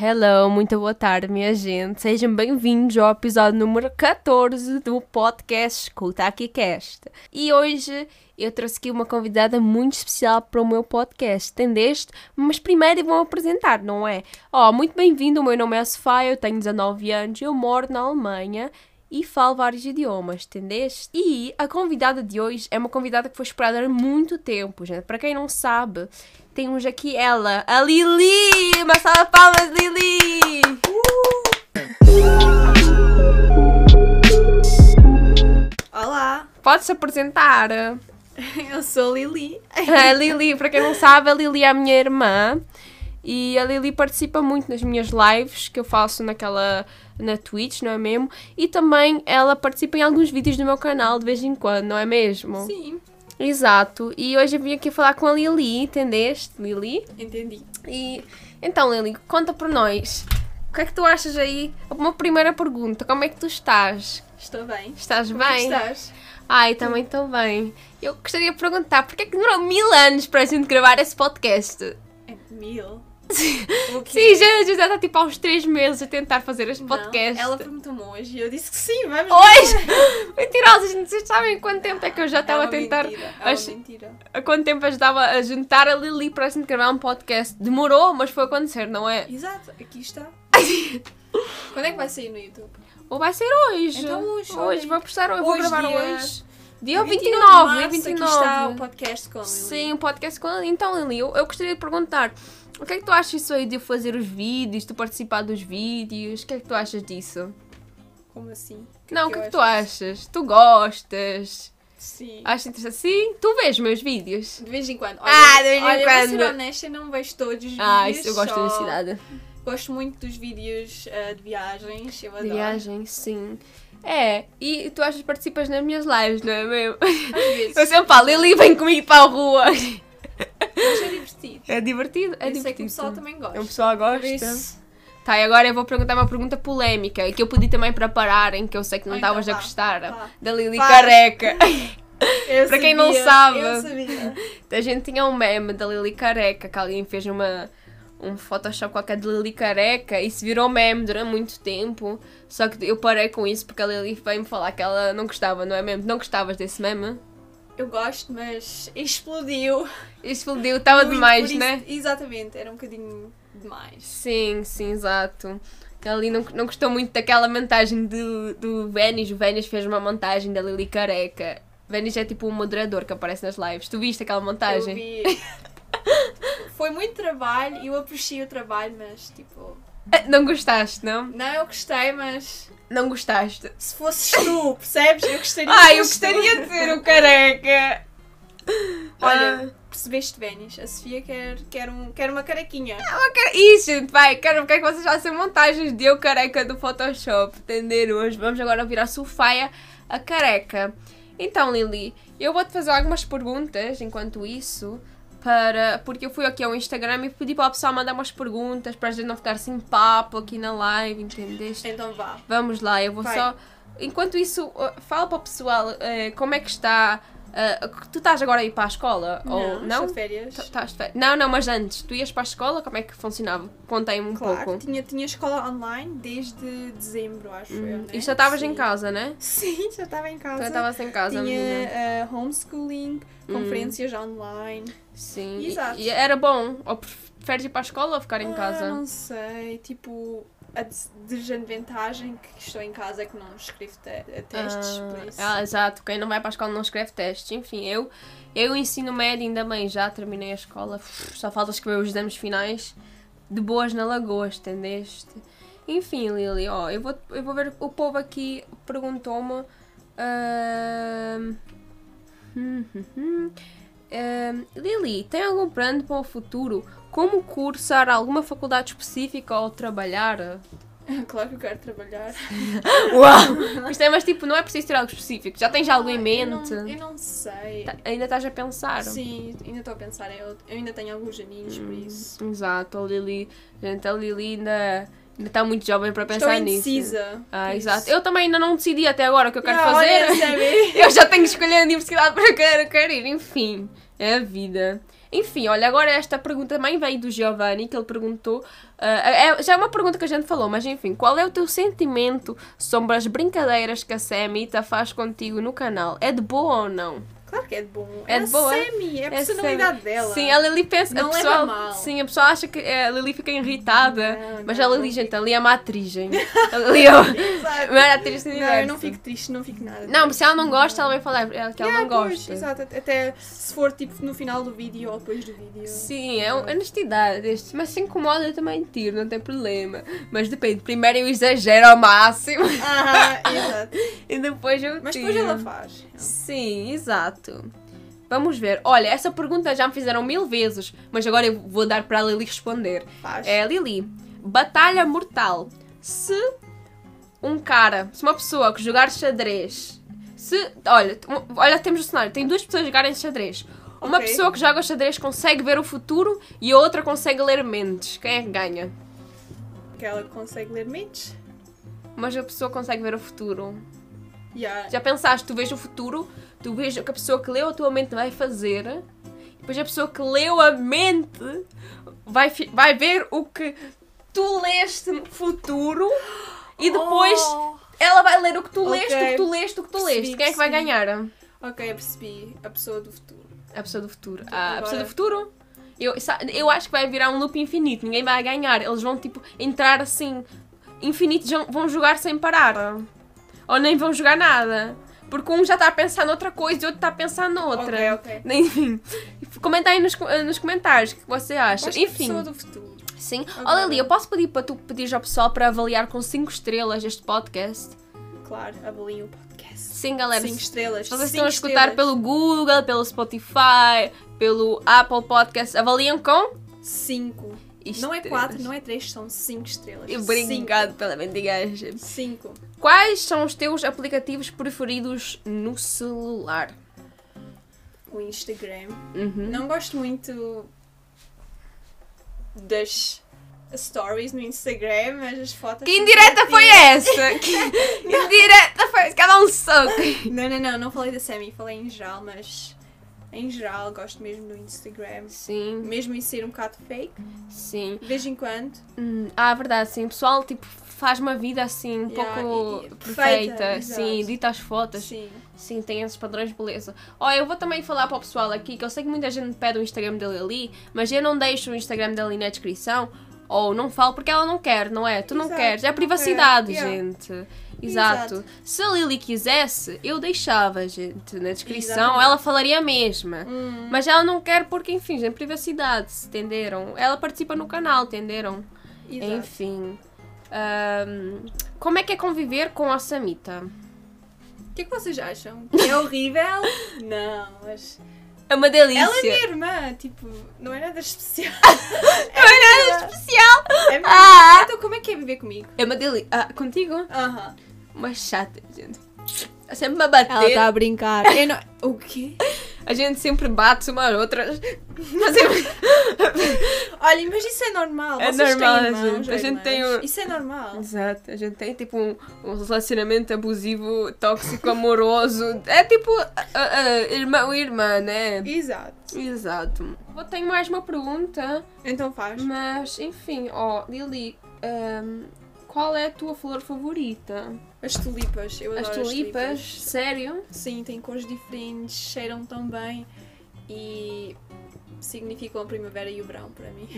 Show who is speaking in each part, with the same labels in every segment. Speaker 1: Hello, muito boa tarde, minha gente. Sejam bem-vindos ao episódio número 14 do podcast Escuta Aqui Cast. E hoje eu trouxe aqui uma convidada muito especial para o meu podcast, entendeste? Mas primeiro vão apresentar, não é? Oh, muito bem-vindo, o meu nome é Sofia, eu tenho 19 anos, eu moro na Alemanha e falo vários idiomas, entendeste? E a convidada de hoje é uma convidada que foi esperada há muito tempo, gente. Para quem não sabe, temos aqui ela, a Lili! Uma salva de palmas, Lili!
Speaker 2: Olá,
Speaker 1: Podes apresentar?
Speaker 2: eu sou a Lili.
Speaker 1: A Lili, para quem não sabe, a Lili é a minha irmã e a Lili participa muito nas minhas lives que eu faço naquela na Twitch, não é mesmo? E também ela participa em alguns vídeos do meu canal de vez em quando, não é mesmo?
Speaker 2: Sim,
Speaker 1: Exato. E hoje eu vim aqui falar com a Lili, entendeste? Lili?
Speaker 2: entendi.
Speaker 1: E então, Lili, conta por nós. O que é que tu achas aí? Uma primeira pergunta, como é que tu estás?
Speaker 2: Estou bem.
Speaker 1: Estás
Speaker 2: Como é
Speaker 1: bem?
Speaker 2: estás?
Speaker 1: Ai, também estou bem. Eu gostaria de perguntar, porquê é que demorou mil anos para a gente gravar esse podcast?
Speaker 2: É de mil. O quê?
Speaker 1: Sim, já, já está tipo há uns três meses a tentar fazer este
Speaker 2: Não,
Speaker 1: podcast.
Speaker 2: Ela perguntou-me hoje e eu disse que sim, vamos.
Speaker 1: Hoje! Mentirosas, não vocês sabem quanto tempo é que eu já estava
Speaker 2: é
Speaker 1: a
Speaker 2: uma
Speaker 1: tentar...
Speaker 2: Mentira, é uma
Speaker 1: ach-
Speaker 2: mentira.
Speaker 1: Há quanto tempo eu estava a juntar a Lili para a gente gravar um podcast? Demorou, mas foi acontecer, não é?
Speaker 2: Exato, aqui está. Quando é que vai sair no YouTube?
Speaker 1: Ou vai ser hoje.
Speaker 2: Então hoje,
Speaker 1: Hoje,
Speaker 2: olhem.
Speaker 1: vou postar hoje, vou
Speaker 2: Hoje,
Speaker 1: gravar
Speaker 2: dia-
Speaker 1: hoje. Dia 29,
Speaker 2: 29 de
Speaker 1: é
Speaker 2: março,
Speaker 1: 29.
Speaker 2: Aqui está o podcast com a Lili.
Speaker 1: Sim, um podcast com a Lili. Então, Lili, eu, eu gostaria de perguntar: o que é que tu achas disso aí de eu fazer os vídeos, de participar dos vídeos? O que é que tu achas disso?
Speaker 2: Como assim?
Speaker 1: não, o
Speaker 2: que
Speaker 1: que é que
Speaker 2: eu
Speaker 1: tu achas? Tu gostas?
Speaker 2: Sim.
Speaker 1: Achas interessante? Sim, tu vês meus vídeos.
Speaker 2: De vez em quando. Olha,
Speaker 1: Ah, de vez em
Speaker 2: olha,
Speaker 1: quando.
Speaker 2: Vou ser honesta, eu não vejo todos os vídeos.
Speaker 1: Ah, isso eu gosto
Speaker 2: só...
Speaker 1: da cidade.
Speaker 2: Gosto muito dos vídeos ah, de viagens. Eu
Speaker 1: De
Speaker 2: adoro.
Speaker 1: viagem, sim. É, e tu achas que participas nas minhas lives, não é mesmo?
Speaker 2: Às vezes.
Speaker 1: Eu sempre falo, Lili, vem comigo para a rua.
Speaker 2: Mas é divertido.
Speaker 1: É divertido, é
Speaker 2: eu sei que o
Speaker 1: divertido.
Speaker 2: pessoal também gosta.
Speaker 1: O pessoal
Speaker 2: Por
Speaker 1: gosta.
Speaker 2: isso,
Speaker 1: Tá, e agora eu vou perguntar uma pergunta polémica e que eu pedi também para pararem, que eu sei que não
Speaker 2: Ah, então
Speaker 1: estavas a
Speaker 2: vá,
Speaker 1: gostar.
Speaker 2: vá.
Speaker 1: Da Lili
Speaker 2: Vá.
Speaker 1: Careca.
Speaker 2: eu
Speaker 1: Para quem não
Speaker 2: sabia,
Speaker 1: sabe.
Speaker 2: Eu sabia.
Speaker 1: A gente tinha um meme da Lili Careca, que alguém fez uma, um Photoshop qualquer de Lili Careca e se virou meme durante muito tempo. Só que eu parei com isso porque a Lili veio-me falar que ela não gostava, não é mesmo? Não gostavas desse meme?
Speaker 2: Eu gosto, mas explodiu.
Speaker 1: Explodiu, estava
Speaker 2: Muito, por
Speaker 1: demais,
Speaker 2: isso-
Speaker 1: né?
Speaker 2: Exatamente, era um bocadinho demais.
Speaker 1: Sim, sim, exato. A Lili não, não gostou muito daquela montagem do, do Vênis. O Vênis fez uma montagem da Lili Careca. Vênis é tipo um moderador que aparece nas lives. Tu viste aquela montagem?
Speaker 2: Eu vi. Foi muito trabalho e eu apreciei o trabalho, mas tipo.
Speaker 1: Ah, Não gostaste, não?
Speaker 2: Não, eu gostei, mas
Speaker 1: Não gostaste.
Speaker 2: se fosses tu, percebes? Eu gostaria
Speaker 1: Ai, Ah, eu
Speaker 2: que fosses tu.
Speaker 1: gostaria de ser o careca. Ah.
Speaker 2: Olha, percebeste, Vénis? A Sofia quer, quer, um, quer uma carequinha.
Speaker 1: Ah, eu quero- Ih, gente, vai, quero, quero que vocês façam montagens de eu careca do Photoshop, entenderam? Mas vamos agora virar a Sofia a careca. Então, Lili, eu vou-te fazer algumas perguntas enquanto isso. Para, porque eu fui aqui ao Instagram e pedi para o pessoal mandar umas perguntas para a gente não ficar sem papo aqui na live, entendeste?
Speaker 2: Então vá.
Speaker 1: Vamos lá, eu vou
Speaker 2: Vai.
Speaker 1: só. Enquanto isso, uh, fala para o pessoal uh, como é que está. uh, tu estás agora a ir para a escola? ou não? Tá, um
Speaker 2: estou de férias.
Speaker 1: T- estás de fe- Não, não, mas antes, tu ias para a escola, como é que funcionava? Contei-me um
Speaker 2: Claro,
Speaker 1: pouco.
Speaker 2: tinha, tinha escola online desde dezembro, acho eu. Né?
Speaker 1: Hum, E já estavas em
Speaker 2: Sim.
Speaker 1: casa, né?
Speaker 2: Sim, já estava em
Speaker 1: Tu
Speaker 2: casa.
Speaker 1: já estavas em Hum. casa, menina.
Speaker 2: Tinha eh, homeschooling, conferências online.
Speaker 1: Sim. E-
Speaker 2: Exato.
Speaker 1: E era bom? Ou preferes ir para a escola ou ficar em
Speaker 2: Ah,
Speaker 1: casa?
Speaker 2: não sei, tipo, a des- desvantagem que estou em casa é que não escrevo te- testes, por isso.
Speaker 1: Ah, ah, exato, quem não vai para a escola não escreve testes. Enfim, eu, eu ensino médio ainda bem, já terminei a escola, Uf, só falta escrever os exames finais de boas na Lagoa, entendeste? Enfim, Lili, ó, eu vou, eu vou ver, o povo aqui perguntou-me. ahm, hum, hum, hum. Ahm, Lili, tem algum plano para o futuro? Como cursar alguma faculdade específica ou trabalhar?
Speaker 2: Claro que eu quero trabalhar.
Speaker 1: Uau! Mas, tem- mas tipo, não é preciso ter algo específico. Já tens algo em mente?
Speaker 2: Eu não, eu não sei.
Speaker 1: Ta- Ainda estás a pensar?
Speaker 2: Sim, ainda estou a
Speaker 1: Hum.
Speaker 2: pensar, eu, eu ainda tenho alguns aninhos, por isso.
Speaker 1: Exato, a Lili. Gente, a Lili ainda, Ainda está muito jovem para pensar
Speaker 2: Estou
Speaker 1: nisso.
Speaker 2: indecisa.
Speaker 1: Ah,
Speaker 2: por
Speaker 1: exato.
Speaker 2: isso.
Speaker 1: Eu também ainda não decidi até agora o que eu quero
Speaker 2: Yeah, olha, é
Speaker 1: fazer.
Speaker 2: sabe?
Speaker 1: Eu já tenho que escolher a universidade para que eu quero ir, enfim. É a vida. Enfim, olha, agora esta pergunta também veio do Giovanni, que ele perguntou. ah, é- já é uma pergunta que a gente falou, mas enfim, qual é o teu sentimento sobre as brincadeiras que a Samita faz contigo no canal? É de boa ou não?
Speaker 2: Claro que é de bom.
Speaker 1: É
Speaker 2: É,
Speaker 1: de
Speaker 2: a
Speaker 1: boa.
Speaker 2: Sammy, é a
Speaker 1: É
Speaker 2: personalidade
Speaker 1: Sammy.
Speaker 2: dela.
Speaker 1: Sim, a Lili pensa.
Speaker 2: Não
Speaker 1: a
Speaker 2: leva
Speaker 1: pessoa,
Speaker 2: mal.
Speaker 1: Sim, a pessoa acha que eh, a Lili fica irritada.
Speaker 2: Não,
Speaker 1: mas
Speaker 2: não,
Speaker 1: a
Speaker 2: não
Speaker 1: Lili,
Speaker 2: fica.
Speaker 1: gente, ali é uma atriz, gente. A Lili é uma-
Speaker 2: Exato.
Speaker 1: uma atriz de
Speaker 2: Não, eu
Speaker 1: universo.
Speaker 2: não fico triste, não fico nada.
Speaker 1: Não, se ela não gosta, ela vai falar eh, que ela
Speaker 2: Yeah,
Speaker 1: não
Speaker 2: pois,
Speaker 1: gosta.
Speaker 2: exato. Até se for tipo no final do vídeo ou depois do vídeo.
Speaker 1: Sim, é um- honestidade. este- Mas se incomoda, eu também tiro, não tem problema. Mas depende, primeiro eu exagero ao máximo
Speaker 2: Aham, Ah, exato.
Speaker 1: e depois eu tiro.
Speaker 2: Mas depois ela faz.
Speaker 1: Sim, exato. Vamos ver. Olha, essa pergunta já me fizeram mil vezes, mas agora eu vou dar para a Lili responder.
Speaker 2: Faz.
Speaker 1: É, Lili, batalha mortal. Se um cara, se uma pessoa que jogar xadrez, se, olha, t- um- olha, temos o cenário, tem duas pessoas a jogarem xadrez. Uma
Speaker 2: Ok.
Speaker 1: pessoa que joga xadrez consegue ver o futuro e a outra consegue ler mentes. Quem é que ganha?
Speaker 2: Que ela consegue ler mentes.
Speaker 1: Mas a pessoa consegue ver o futuro.
Speaker 2: Yeah.
Speaker 1: Já pensaste, tu vês o futuro, tu vês o que a pessoa que leu a tua mente vai fazer, depois a pessoa que leu a mente vai, fi- vai ver o que tu leste no futuro e depois
Speaker 2: Oh.
Speaker 1: ela vai ler o que tu
Speaker 2: Ok.
Speaker 1: leste, o que tu leste, o que tu
Speaker 2: Percebi,
Speaker 1: leste. Quem é que vai
Speaker 2: percebi.
Speaker 1: ganhar?
Speaker 2: Ok, eu percebi. A pessoa do futuro.
Speaker 1: A pessoa do futuro. Ah, a
Speaker 2: Então, agora-
Speaker 1: pessoa do futuro? Eu, sa- eu acho que vai virar um loop infinito, ninguém vai ganhar. Eles vão tipo entrar assim, infinito, já- vão jogar sem parar.
Speaker 2: Ah.
Speaker 1: Ou nem vão jogar nada. Porque um já está a pensar noutra coisa e outro está a pensar noutra.
Speaker 2: Ok, ok.
Speaker 1: Enfim, comenta aí nos, co- nos comentários o que você acha.
Speaker 2: Acho que
Speaker 1: Enfim.
Speaker 2: A pessoa do futuro.
Speaker 1: Sim. Olha
Speaker 2: Agora-
Speaker 1: ali, eu posso pedir para tu pedires ao pessoal para avaliar com 5 estrelas este podcast?
Speaker 2: Claro, avaliem o podcast.
Speaker 1: Sim, galera.
Speaker 2: 5 estrelas.
Speaker 1: Se é vocês estão
Speaker 2: cinco
Speaker 1: a escutar
Speaker 2: estrelas.
Speaker 1: pelo Google, pelo Spotify, pelo Apple Podcast, avaliam com?
Speaker 2: 5. Não é
Speaker 1: Estrelas.
Speaker 2: 4, não é 3, são 5 estrelas.
Speaker 1: Obrigado pela mendigagem.
Speaker 2: 5.
Speaker 1: Quais são os teus aplicativos preferidos no celular?
Speaker 2: O Instagram.
Speaker 1: Uhum.
Speaker 2: Não gosto muito das stories no Instagram, mas as fotos.
Speaker 1: Que
Speaker 2: são
Speaker 1: indireta foi
Speaker 2: divertidas.
Speaker 1: essa? Que indireta foi essa? Cada um soco.
Speaker 2: Não, não, não, não falei da Sammy, falei em geral, mas em geral gosto mesmo do Instagram.
Speaker 1: Sim,
Speaker 2: Mesmo em ser um bocado fake,
Speaker 1: sim.
Speaker 2: de vez em quando.
Speaker 1: Hum, Ah, verdade, sim. O pessoal, tipo, faz uma vida assim, um
Speaker 2: Yeah,
Speaker 1: pouco
Speaker 2: e- e-
Speaker 1: perfeita.
Speaker 2: perfeita,
Speaker 1: sim,
Speaker 2: exato.
Speaker 1: edita as fotos.
Speaker 2: Sim.
Speaker 1: Sim, tem esses padrões de beleza. Ó, eu vou também falar para o pessoal aqui que eu sei que muita gente pede o Instagram dele ali, mas eu não deixo o Instagram dele na descrição ou não falo porque ela não quer, não é? Tu não
Speaker 2: Exato,
Speaker 1: queres, é
Speaker 2: não
Speaker 1: privacidade,
Speaker 2: quer, yeah.
Speaker 1: gente. Exato.
Speaker 2: Exato.
Speaker 1: Se a Lily quisesse, eu deixava, gente, na descrição,
Speaker 2: Exatamente.
Speaker 1: ela falaria a mesma.
Speaker 2: Hum,
Speaker 1: Mas ela não quer porque, enfim, é privacidade, entenderam? Ela participa no canal, entenderam?
Speaker 2: exato.
Speaker 1: Enfim. Ahm, como é que é conviver com a Samita?
Speaker 2: O que é que vocês acham? Que É horrível? não, mas.
Speaker 1: É uma delícia.
Speaker 2: Ela é minha irmã, tipo, não é nada especial.
Speaker 1: Não é nada especial.
Speaker 2: É minha
Speaker 1: Ah.
Speaker 2: irmã. Então como é que é viver comigo?
Speaker 1: É uma delícia. Ah, contigo?
Speaker 2: Aham.
Speaker 1: Uma chata, gente. É Sempre a bater.
Speaker 2: tá a brincar. Eu não... O quê?
Speaker 1: A gente sempre bate umas outras. Mas sempre...
Speaker 2: Olha, mas isso é normal.
Speaker 1: É
Speaker 2: Vocês
Speaker 1: normal,
Speaker 2: têm irmãos,
Speaker 1: gente. A
Speaker 2: ou
Speaker 1: gente tem
Speaker 2: irmãs?
Speaker 1: o-
Speaker 2: Isso é normal.
Speaker 1: Exato. A gente tem tipo um, um relacionamento abusivo, tóxico, amoroso. É tipo ah, ah, ah, irmão e irmã, né?
Speaker 2: Exato.
Speaker 1: Exato. Eu tenho mais uma pergunta,
Speaker 2: Então faz.
Speaker 1: mas enfim, ó, Lili, ahm, qual é a tua flor favorita?
Speaker 2: As tulipas. Eu
Speaker 1: As
Speaker 2: adoro
Speaker 1: tulipas?
Speaker 2: as tulipas.
Speaker 1: Sério?
Speaker 2: Sim, têm cores diferentes, cheiram tão bem e significam a primavera e o verão para mim.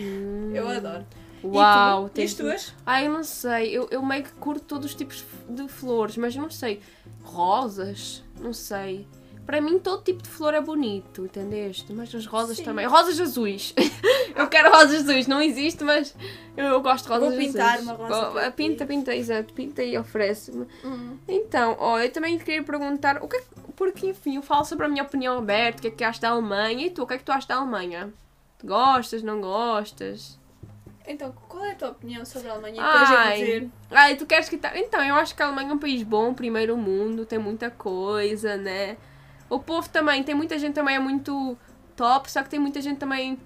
Speaker 2: Eu adoro.
Speaker 1: Uau,
Speaker 2: e tu? E
Speaker 1: tens
Speaker 2: as tuas?
Speaker 1: Ah, eu não sei. Eu, eu meio que curto todos os tipos de flores, mas eu não sei. Rosas? Não sei. Para mim, todo tipo de flor é bonito, entendeste? Mas as rosas
Speaker 2: Sim.
Speaker 1: também. Rosas azuis! eu quero rosas azuis, não existe, mas eu, eu gosto de rosas
Speaker 2: Vou
Speaker 1: azuis.
Speaker 2: pintar uma rosa
Speaker 1: Oh,
Speaker 2: para ti.
Speaker 1: pinta, pinta, exato. Pinta e oferece-me.
Speaker 2: Hum.
Speaker 1: Então, ó, eu também queria perguntar, o que é que- porque enfim, eu falo sobre a minha opinião aberta, o que é que acho da Alemanha e tu, o que é que tu achas da Alemanha? Gostas, não gostas?
Speaker 2: Então, qual é a tua opinião sobre a Alemanha? E depois eu vou
Speaker 1: Ai.
Speaker 2: dizer.
Speaker 1: Ai, tu queres que tá. Então, eu acho que a Alemanha é um país bom, primeiro mundo, tem muita coisa, né? O povo também, tem muita gente também é muito top, só que tem muita gente também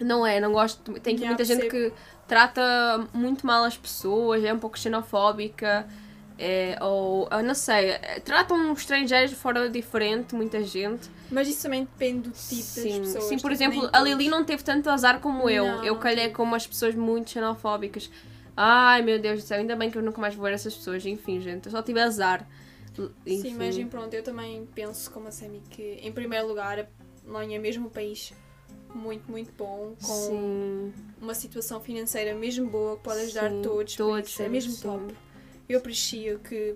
Speaker 1: Não é, não gosto. Tem
Speaker 2: Já
Speaker 1: muita gente que trata muito mal as pessoas, é um pouco xenofóbica, é, ou eu não sei, é, tratam estrangeiros de forma diferente, muita gente.
Speaker 2: Mas isso também depende do tipo das
Speaker 1: Sim,
Speaker 2: pessoas.
Speaker 1: sim, por
Speaker 2: tipo,
Speaker 1: exemplo,
Speaker 2: nem
Speaker 1: a
Speaker 2: todos.
Speaker 1: Lili não teve tanto azar como eu.
Speaker 2: Não,
Speaker 1: eu
Speaker 2: não
Speaker 1: calhei
Speaker 2: teve.
Speaker 1: com umas pessoas muito xenofóbicas. Ai meu Deus do céu, ainda bem que eu nunca mais vou ver essas pessoas. Enfim, gente, eu só tive azar. Enfim.
Speaker 2: Sim, mas em- pronto, eu também penso como a Semi que, em primeiro lugar, a Polónia é mesmo um país muito, muito bom, com
Speaker 1: Sim.
Speaker 2: uma situação financeira mesmo boa, que pode ajudar
Speaker 1: Sim,
Speaker 2: todos, por
Speaker 1: todos,
Speaker 2: isso é mesmo
Speaker 1: sim.
Speaker 2: top. Eu aprecio que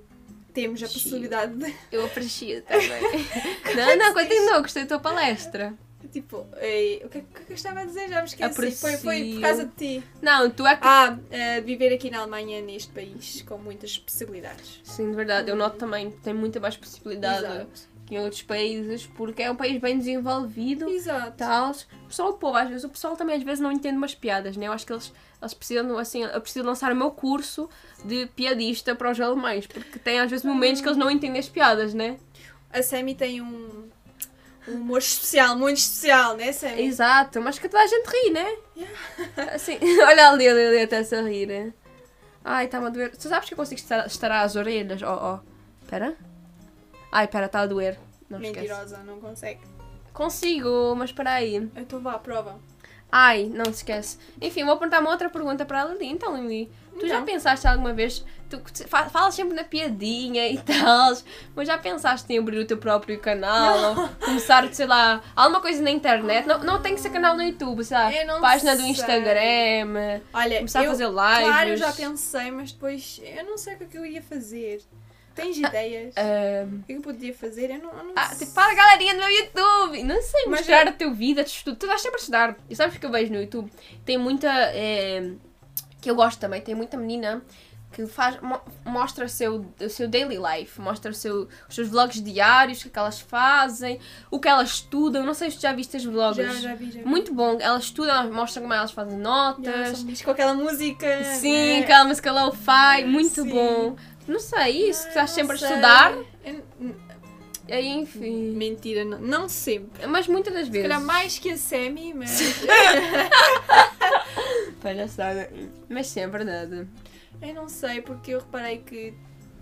Speaker 2: temos a
Speaker 1: Aprecio.
Speaker 2: possibilidade de,
Speaker 1: Eu aprecio também. não, não, continua, gostei da tua palestra.
Speaker 2: tipo, ei, o que, o que é que eu estava a dizer? Já me esqueci, foi, foi
Speaker 1: Aprecio.
Speaker 2: por causa de ti.
Speaker 1: Não, tu é que
Speaker 2: Ah, eh, viver aqui na Alemanha, neste país, com muitas possibilidades.
Speaker 1: Sim, de verdade. Eu noto também que tem muita mais possibilidade
Speaker 2: Exato.
Speaker 1: que em outros países, porque é um país bem desenvolvido e
Speaker 2: Exato.
Speaker 1: tal. O pessoal, o povo, às vezes, o pessoal também às vezes não entende umas piadas, né? Eu acho que eles, eles precisam, assim, eu preciso lançar o meu curso de piadista para os alemães, porque tem às vezes momentos que eles não entendem as piadas, né?
Speaker 2: A Sammy tem um, um humor especial, muito especial, né, Sammy?
Speaker 1: Exato, mas que toda a gente ri, né? Assim, olha ali, ali, ali, até se a rir. né? Ai, está-me a doer. Tu sabes que eu consigo estar- estourar as orelhas? Oh, oh. Pera. Ai, pera, está a doer. Não esquece.
Speaker 2: Mentirosa, não consegue.
Speaker 1: Consigo, mas espera aí.
Speaker 2: Eu estou à prova.
Speaker 1: Ai, não se esquece. Enfim, vou perguntar uma outra pergunta para a Lili. Então, Lili, tu já
Speaker 2: Então.
Speaker 1: pensaste alguma vez... Tu fa- falas sempre na piadinha e tal, mas já pensaste em abrir o teu próprio canal? Ou começar, sei lá, alguma coisa na internet? Não, não tem que ser canal no YouTube, sei lá,
Speaker 2: Eu não
Speaker 1: página do
Speaker 2: sei.
Speaker 1: Instagram,
Speaker 2: Olha,
Speaker 1: começar
Speaker 2: eu,
Speaker 1: a fazer lives.
Speaker 2: claro, eu já pensei, mas depois eu não sei o que é que eu ia fazer. Tens ideias?
Speaker 1: Ah,
Speaker 2: O que é que eu podia fazer? Eu não, eu não
Speaker 1: Ah,
Speaker 2: sei.
Speaker 1: tipo, para a galerinha do meu YouTube! Não sei
Speaker 2: Mas é-
Speaker 1: mostrar
Speaker 2: eu-
Speaker 1: a tua vida, te estudo. Tu vais sempre estudar. E sabes o que eu vejo no YouTube? Tem muita. eh, que eu gosto também, tem muita menina que faz, mo- mostra o seu, o seu daily life, mostra o seu, os seus vlogs diários, o que, é que elas fazem, o que elas estudam. Não sei se tu já viste as vlogs.
Speaker 2: já, já vi, já vi.
Speaker 1: Muito bom, elas estudam, elas mostram como elas fazem
Speaker 2: Já,
Speaker 1: notas.
Speaker 2: são bichos com aquela música.
Speaker 1: Sim,
Speaker 2: né?
Speaker 1: aquela música lo-fi, muito
Speaker 2: Sim.
Speaker 1: bom. Não sei, isso, que
Speaker 2: Ai,
Speaker 1: estás
Speaker 2: Ah, não
Speaker 1: sempre
Speaker 2: sei.
Speaker 1: a estudar.
Speaker 2: Eu-
Speaker 1: E aí, enfim.
Speaker 2: mentira, não, não sempre.
Speaker 1: Mas muitas das
Speaker 2: Se
Speaker 1: vezes.
Speaker 2: calhar mais que a Sammy, mas.
Speaker 1: Palhaçada. Mas sim, é verdade.
Speaker 2: Eu não sei, porque eu reparei que.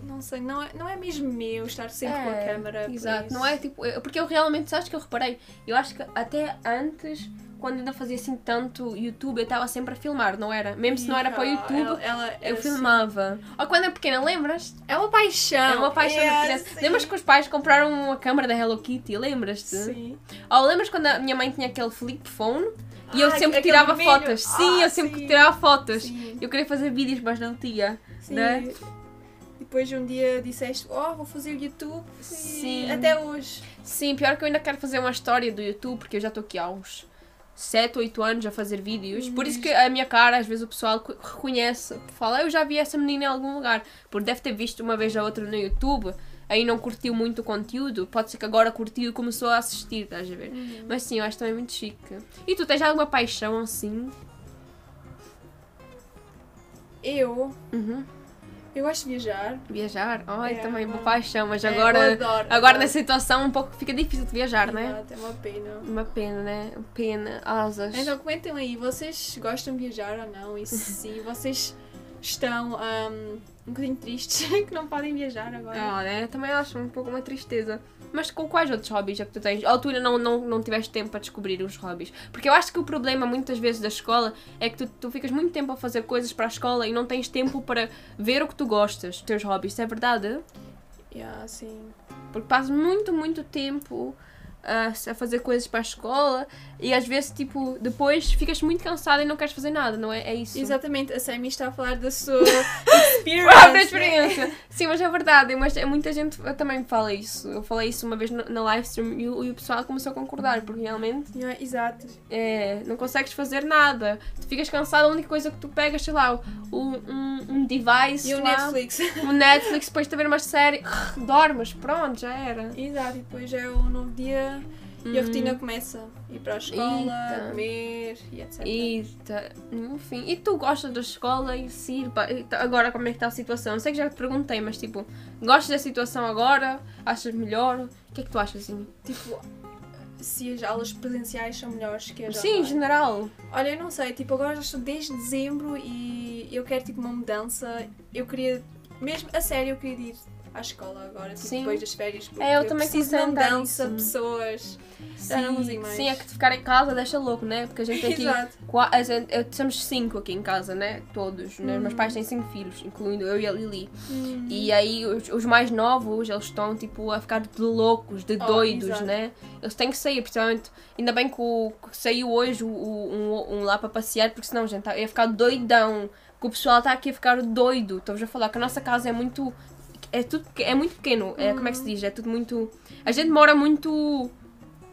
Speaker 2: Não sei, não é, não é mesmo meu estar sempre com a
Speaker 1: É,
Speaker 2: câmera. por
Speaker 1: Exato,
Speaker 2: isso.
Speaker 1: não é tipo. eu- Porque eu realmente, sabes que eu reparei? Eu acho que até antes, quando ainda fazia assim tanto YouTube, eu estava sempre a filmar, não era? Mesmo se não era para o
Speaker 2: Ih, ah,
Speaker 1: YouTube.
Speaker 2: ela- ela
Speaker 1: Eu
Speaker 2: era assim.
Speaker 1: filmava. Ou quando era pequena, lembras?
Speaker 2: É uma paixão.
Speaker 1: É uma paixão de criança.
Speaker 2: assim.
Speaker 1: Lembras que os pais compraram uma câmera da Hello Kitty, lembras-te?
Speaker 2: Sim.
Speaker 1: Ou lembras quando a minha mãe tinha aquele flip phone e eu
Speaker 2: Ah,
Speaker 1: sempre
Speaker 2: aquele
Speaker 1: tirava
Speaker 2: vermelho.
Speaker 1: fotos? Sim,
Speaker 2: Ah,
Speaker 1: eu sempre
Speaker 2: sim.
Speaker 1: tirava fotos.
Speaker 2: Sim.
Speaker 1: Eu queria fazer vídeos, mas não tinha.
Speaker 2: Sim.
Speaker 1: né?
Speaker 2: Depois um dia disseste, oh, vou fazer o YouTube. E
Speaker 1: Sim.
Speaker 2: Até hoje.
Speaker 1: Sim, pior que eu ainda quero fazer uma história do YouTube, porque eu já estou aqui há uns 7, 8 anos a fazer vídeos. Por isso que a minha cara, às vezes o pessoal co- reconhece, fala, eu já vi essa menina em algum lugar, porque deve ter visto uma vez a outra no YouTube, aí não curtiu muito o conteúdo, pode ser que agora curtiu e começou a assistir, estás a ver? Mas sim, eu acho também muito chique. E tu tens alguma paixão assim?
Speaker 2: Eu,
Speaker 1: Uhum.
Speaker 2: eu gosto de viajar.
Speaker 1: Viajar? Ai,
Speaker 2: É,
Speaker 1: também uma
Speaker 2: eu-
Speaker 1: paixão, mas
Speaker 2: É, eu
Speaker 1: agora,
Speaker 2: adoro.
Speaker 1: agora
Speaker 2: adoro.
Speaker 1: nessa situação um pouco fica difícil de viajar, né?
Speaker 2: Exato, É uma pena.
Speaker 1: Uma pena, né? Pena, asas.
Speaker 2: Então comentem aí, vocês gostam de viajar ou não? E se vocês estão ahm, um bocadinho tristes que não podem viajar agora?
Speaker 1: Ah, né? Também acho um pouco uma tristeza. Mas com quais outros hobbies é que tu tens? Ou tu ainda não, não, não tiveste tempo para descobrir os hobbies? Porque eu acho que o problema muitas vezes da escola é que tu, tu ficas muito tempo a fazer coisas para a escola e não tens tempo para ver o que tu gostas, os teus hobbies. Isso é verdade?
Speaker 2: Yeah, sim.
Speaker 1: Porque passas muito, muito tempo ah, a fazer coisas para a escola e às vezes, tipo, depois ficas muito cansada e não queres fazer nada, não é? É isso.
Speaker 2: Exatamente, a Sammy está a falar da sua experience.
Speaker 1: própria
Speaker 2: né?
Speaker 1: experiência. Sim, mas é verdade. Mas é- muita gente também fala isso. Eu falei isso uma vez no- na live stream e o, e o pessoal começou a concordar, porque realmente
Speaker 2: Yeah, exato.
Speaker 1: é, não consegues fazer nada. Tu ficas cansado, a única coisa que tu pegas, sei lá, o- um, um device,
Speaker 2: E o
Speaker 1: lá,
Speaker 2: Netflix.
Speaker 1: o Netflix, depois de ver uma série, dormes, pronto, já era.
Speaker 2: Exato, e depois é um novo dia e a
Speaker 1: Uhum.
Speaker 2: rotina começa. Ir para a escola,
Speaker 1: Eita.
Speaker 2: comer e etc.
Speaker 1: E, tá- enfim, e tu gostas da escola e se ir pa- e tá- agora como é que está a situação? Sei que já te perguntei, mas tipo, gostas da situação agora? Achas melhor? O que é que tu achas assim?
Speaker 2: Tipo, se as aulas presenciais são melhores que as
Speaker 1: Sim, em
Speaker 2: online.
Speaker 1: general.
Speaker 2: Olha, eu não sei, tipo, agora já estou desde dezembro e eu quero, tipo, uma mudança. Eu queria, mesmo a sério, eu queria ir à escola agora, tipo,
Speaker 1: Sim.
Speaker 2: depois das férias, porque
Speaker 1: É, eu também
Speaker 2: preciso de
Speaker 1: comecei a
Speaker 2: uma
Speaker 1: notar
Speaker 2: mudança,
Speaker 1: isso.
Speaker 2: pessoas.
Speaker 1: Sim,
Speaker 2: Já não consigo mais.
Speaker 1: sim, é que de ficar em casa deixa louco, né? Porque a gente tem aqui.
Speaker 2: Exato.
Speaker 1: qua- a gente- eu- somos cinco aqui em casa, né? Todos. né?
Speaker 2: Uhum.
Speaker 1: Meus pais têm cinco filhos, incluindo eu e a Lili.
Speaker 2: Hum.
Speaker 1: E aí os, os mais novos, eles estão tipo a ficar de loucos, de
Speaker 2: Oh,
Speaker 1: doidos,
Speaker 2: exato.
Speaker 1: né? Eles têm que sair, portanto, ainda bem que, o- que saiu hoje o- o- um, um lá para passear, porque senão, gente, tá- ia ficar doidão. Que o pessoal está aqui a ficar doido. Estou-vos a falar que a nossa casa é muito. É tudo peque- é muito pequeno. É, Como é que se diz? É tudo muito. A gente mora muito.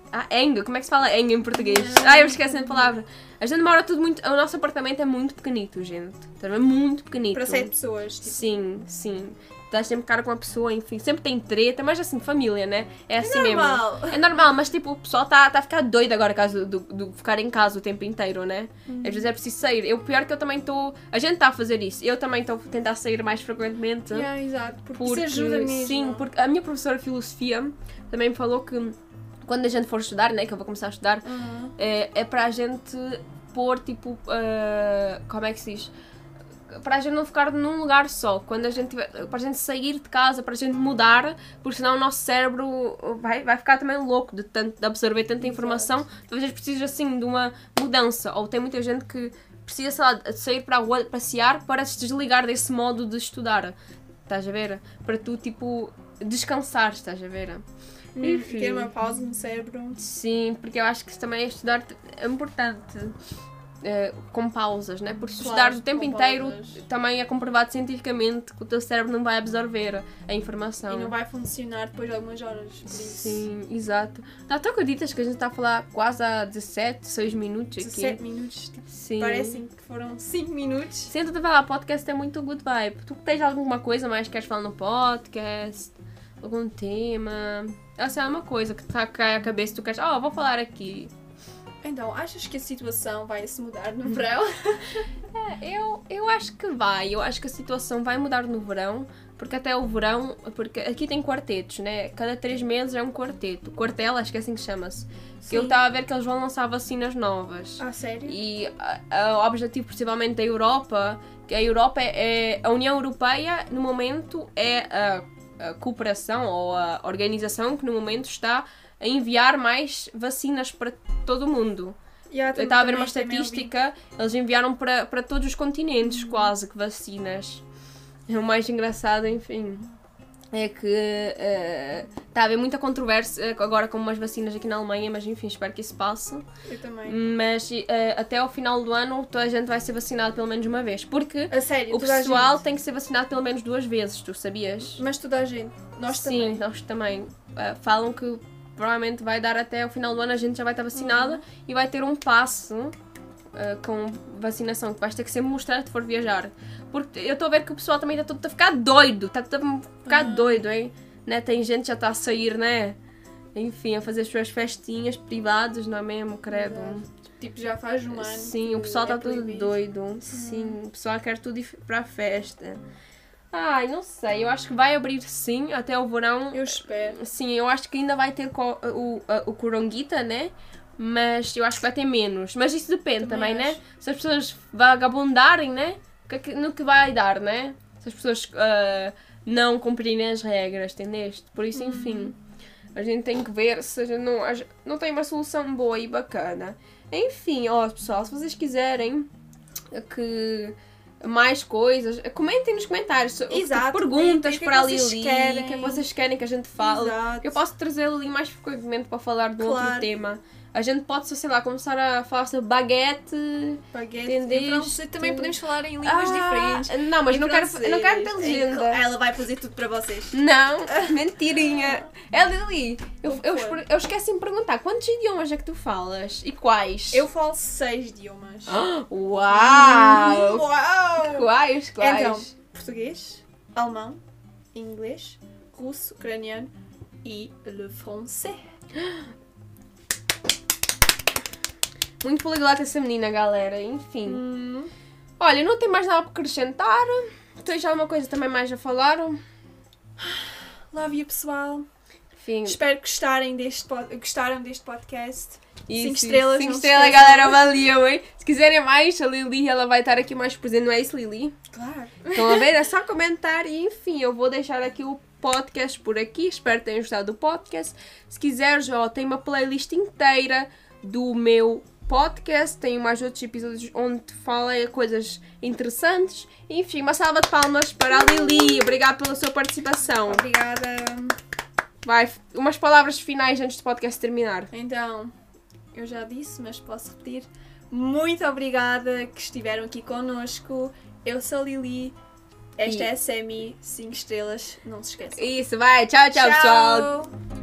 Speaker 1: Ah, enga, como é que se fala enga em português?
Speaker 2: Não.
Speaker 1: Ai, eu me esqueci a palavra. A gente mora tudo muito. O nosso apartamento é muito pequenito, gente. Então, é muito pequenito.
Speaker 2: Para sete pessoas, tipo.
Speaker 1: Sim, sim. Estás sempre cara com uma pessoa, enfim, sempre tem treta, mas assim, família, né? É assim mesmo.
Speaker 2: normal.
Speaker 1: É normal, mas tipo, o pessoal está tá a ficar doido agora caso do, do ficar em casa o tempo inteiro, né? Às
Speaker 2: Uhum.
Speaker 1: vezes é preciso sair. Eu pior que eu também estou. A gente está a fazer isso. Eu também estou a tentar sair mais frequentemente.
Speaker 2: Yeah, exato, porque,
Speaker 1: Porque,
Speaker 2: isso ajuda mesmo.
Speaker 1: Sim, porque a minha professora de filosofia também me falou que quando a gente for estudar, né? Que eu vou começar a estudar,
Speaker 2: Uhum.
Speaker 1: é, é para a gente pôr tipo. eh, como é que se diz? Para a gente não ficar num lugar só, quando a gente tiver, para a gente sair de casa, para a gente mudar, porque senão o nosso cérebro vai, vai ficar também louco de, tanto, de absorver tanta informação. Talvez a gente precise assim de uma mudança, ou tem muita gente que precisa sei lá, de sair para a rua passear para se desligar desse modo de estudar, estás a ver? Para tu tipo descansar, estás a ver?
Speaker 2: Hum,
Speaker 1: Enfim.
Speaker 2: Ter uma pausa no cérebro.
Speaker 1: Sim, porque eu acho que isso também é estudar é importante. eh, com pausas, né? Porque se
Speaker 2: Claro,
Speaker 1: estudares o tempo
Speaker 2: com
Speaker 1: inteiro
Speaker 2: pausas.
Speaker 1: também é comprovado cientificamente que o teu cérebro não vai absorver a informação.
Speaker 2: E não vai funcionar depois de algumas horas. Por isso.
Speaker 1: Então. Sim, exato. Não, tu acreditas que a gente está a falar quase há 17, 6 minutos aqui?
Speaker 2: 17 minutos, tipo,
Speaker 1: Sim.
Speaker 2: parecem que foram 5 minutos.
Speaker 1: Senta-te a falar, podcast é muito good vibe. Tu tens alguma coisa mais que queres falar no podcast? Algum tema? Essa é uma coisa que tá cai a cabeça e tu queres, oh, vou falar aqui.
Speaker 2: Então, achas que a situação vai se mudar no verão?
Speaker 1: Eu, eu acho que vai, eu acho que a situação vai mudar no verão, porque até o verão, porque aqui tem quartetos, né? Cada três meses é um quarteto. Quartel, acho que é assim que chama-se. Que eu
Speaker 2: Sim.
Speaker 1: estava a ver que eles vão lançar vacinas novas.
Speaker 2: Ah, sério?
Speaker 1: E ah, ah, o objetivo principalmente da Europa, que a Europa é, é- a União Europeia no momento é a, a cooperação ou a organização que no momento está a enviar mais vacinas para todo o mundo.
Speaker 2: Yeah,
Speaker 1: Eu
Speaker 2: tam-
Speaker 1: estava a ver
Speaker 2: também-
Speaker 1: uma
Speaker 2: também ouvi.
Speaker 1: estatística, eles enviaram para para todos os continentes quase que vacinas. É O mais engraçado, enfim, é que eh, está a haver muita controvérsia agora com umas vacinas aqui na Alemanha, mas enfim, espero que isso passe.
Speaker 2: Eu também.
Speaker 1: Mas eh, até ao final do ano toda a gente vai ser vacinado pelo menos uma vez. Porque
Speaker 2: A sério,
Speaker 1: o
Speaker 2: toda a
Speaker 1: pessoal
Speaker 2: gente.
Speaker 1: tem que ser vacinado pelo menos duas vezes, tu sabias?
Speaker 2: Mas toda a gente. Nós
Speaker 1: Sim,
Speaker 2: também.
Speaker 1: nós também. Eh, falam que provavelmente vai dar até ao final do ano a gente já vai estar vacinada
Speaker 2: Uhum.
Speaker 1: e vai ter um passo eh, com vacinação que vais ter que sempre mostrar se for viajar. Porque eu estou a ver que o pessoal também está todo a ficar doido, está todo a ficar
Speaker 2: Uhum.
Speaker 1: doido, hein? Né? Tem gente que já está a sair, né? Enfim, a fazer as suas festinhas privadas, não é mesmo, credo?
Speaker 2: Exato. Tipo, já faz um ano.
Speaker 1: Sim,
Speaker 2: que
Speaker 1: o pessoal
Speaker 2: é
Speaker 1: está tudo
Speaker 2: proibido. Uhum.
Speaker 1: doido. Sim, o pessoal quer tudo ir para a festa. Ai, não sei, eu acho que vai abrir sim até o verão.
Speaker 2: Eu espero.
Speaker 1: Sim, eu acho que ainda vai ter co- o, a- o coronguita, né? Mas eu acho que vai ter menos. Mas isso depende também,
Speaker 2: Também
Speaker 1: né? Se as pessoas vagabundarem, né? O que é que- No que vai dar, né? Se as pessoas ah, não cumprirem as regras, entendeste? Por isso,
Speaker 2: Uhum.
Speaker 1: enfim, a gente tem que ver se a gente não, a gente não tem uma solução boa e bacana. Enfim, ó pessoal, se vocês quiserem que mais coisas, comentem nos comentários. se-
Speaker 2: Exato,
Speaker 1: Perguntas
Speaker 2: comentem o que é
Speaker 1: para a
Speaker 2: que vocês
Speaker 1: Lili, o que é que
Speaker 2: querem.
Speaker 1: vocês querem que a gente fale.
Speaker 2: Exato.
Speaker 1: Eu posso trazer ali mais frequentemente para falar de um outro
Speaker 2: Claro.
Speaker 1: tema. A gente pode, sei lá, começar a falar sobre baguete.
Speaker 2: Baguete.
Speaker 1: Entendeste?
Speaker 2: Em francês também podemos falar em línguas diferentes.
Speaker 1: Ah, Não, mas
Speaker 2: Em
Speaker 1: não quero, eu não quero ter
Speaker 2: francês, Então. em co-
Speaker 1: legenda.
Speaker 2: Ela vai fazer tudo para vocês.
Speaker 1: Não, mentirinha. É Lili, eu,
Speaker 2: Como
Speaker 1: eu,
Speaker 2: foi?
Speaker 1: esper- eu esqueci de me perguntar quantos idiomas é que tu falas e quais?
Speaker 2: Eu falo seis idiomas.
Speaker 1: Uau!
Speaker 2: Uau!
Speaker 1: Quais, Ah, quais?
Speaker 2: Hum. Então, português, alemão, inglês, russo, ucraniano e le français.
Speaker 1: Muito poliglota essa menina, galera. Enfim.
Speaker 2: Hum.
Speaker 1: Olha, não tem mais nada para acrescentar. Tens alguma coisa também mais a falar?
Speaker 2: Love you, pessoal.
Speaker 1: Enfim,
Speaker 2: Espero que gostarem deste, pod- gostaram deste podcast.
Speaker 1: isso,
Speaker 2: Cinco
Speaker 1: isso.
Speaker 2: estrelas,
Speaker 1: Cinco
Speaker 2: não se
Speaker 1: estrelas,
Speaker 2: esqueçam.
Speaker 1: galera, avaliam, hein? Se quiserem mais, a Lili, ela vai estar aqui mais presente, não é isso, Lili?
Speaker 2: Claro.
Speaker 1: Então, a ver, é só comentar e enfim, eu vou deixar aqui o podcast por aqui. Espero que tenham gostado do podcast. Se quiseres, ó, tem uma playlist inteira do meu podcast. Tem mais outros episódios onde falei coisas interessantes. Enfim, uma salva de palmas para a Lili. Obrigada pela sua participação.
Speaker 2: Obrigada.
Speaker 1: Vai, f- umas palavras finais antes do podcast terminar.
Speaker 2: Então, eu já disse, mas posso repetir. Muito obrigada que estiveram aqui conosco. Eu sou a Lili. Esta
Speaker 1: E-
Speaker 2: é a Semi 5 estrelas. Não se esqueçam.
Speaker 1: Isso, vai. Tchau, tchau. pessoal.
Speaker 2: Tchau.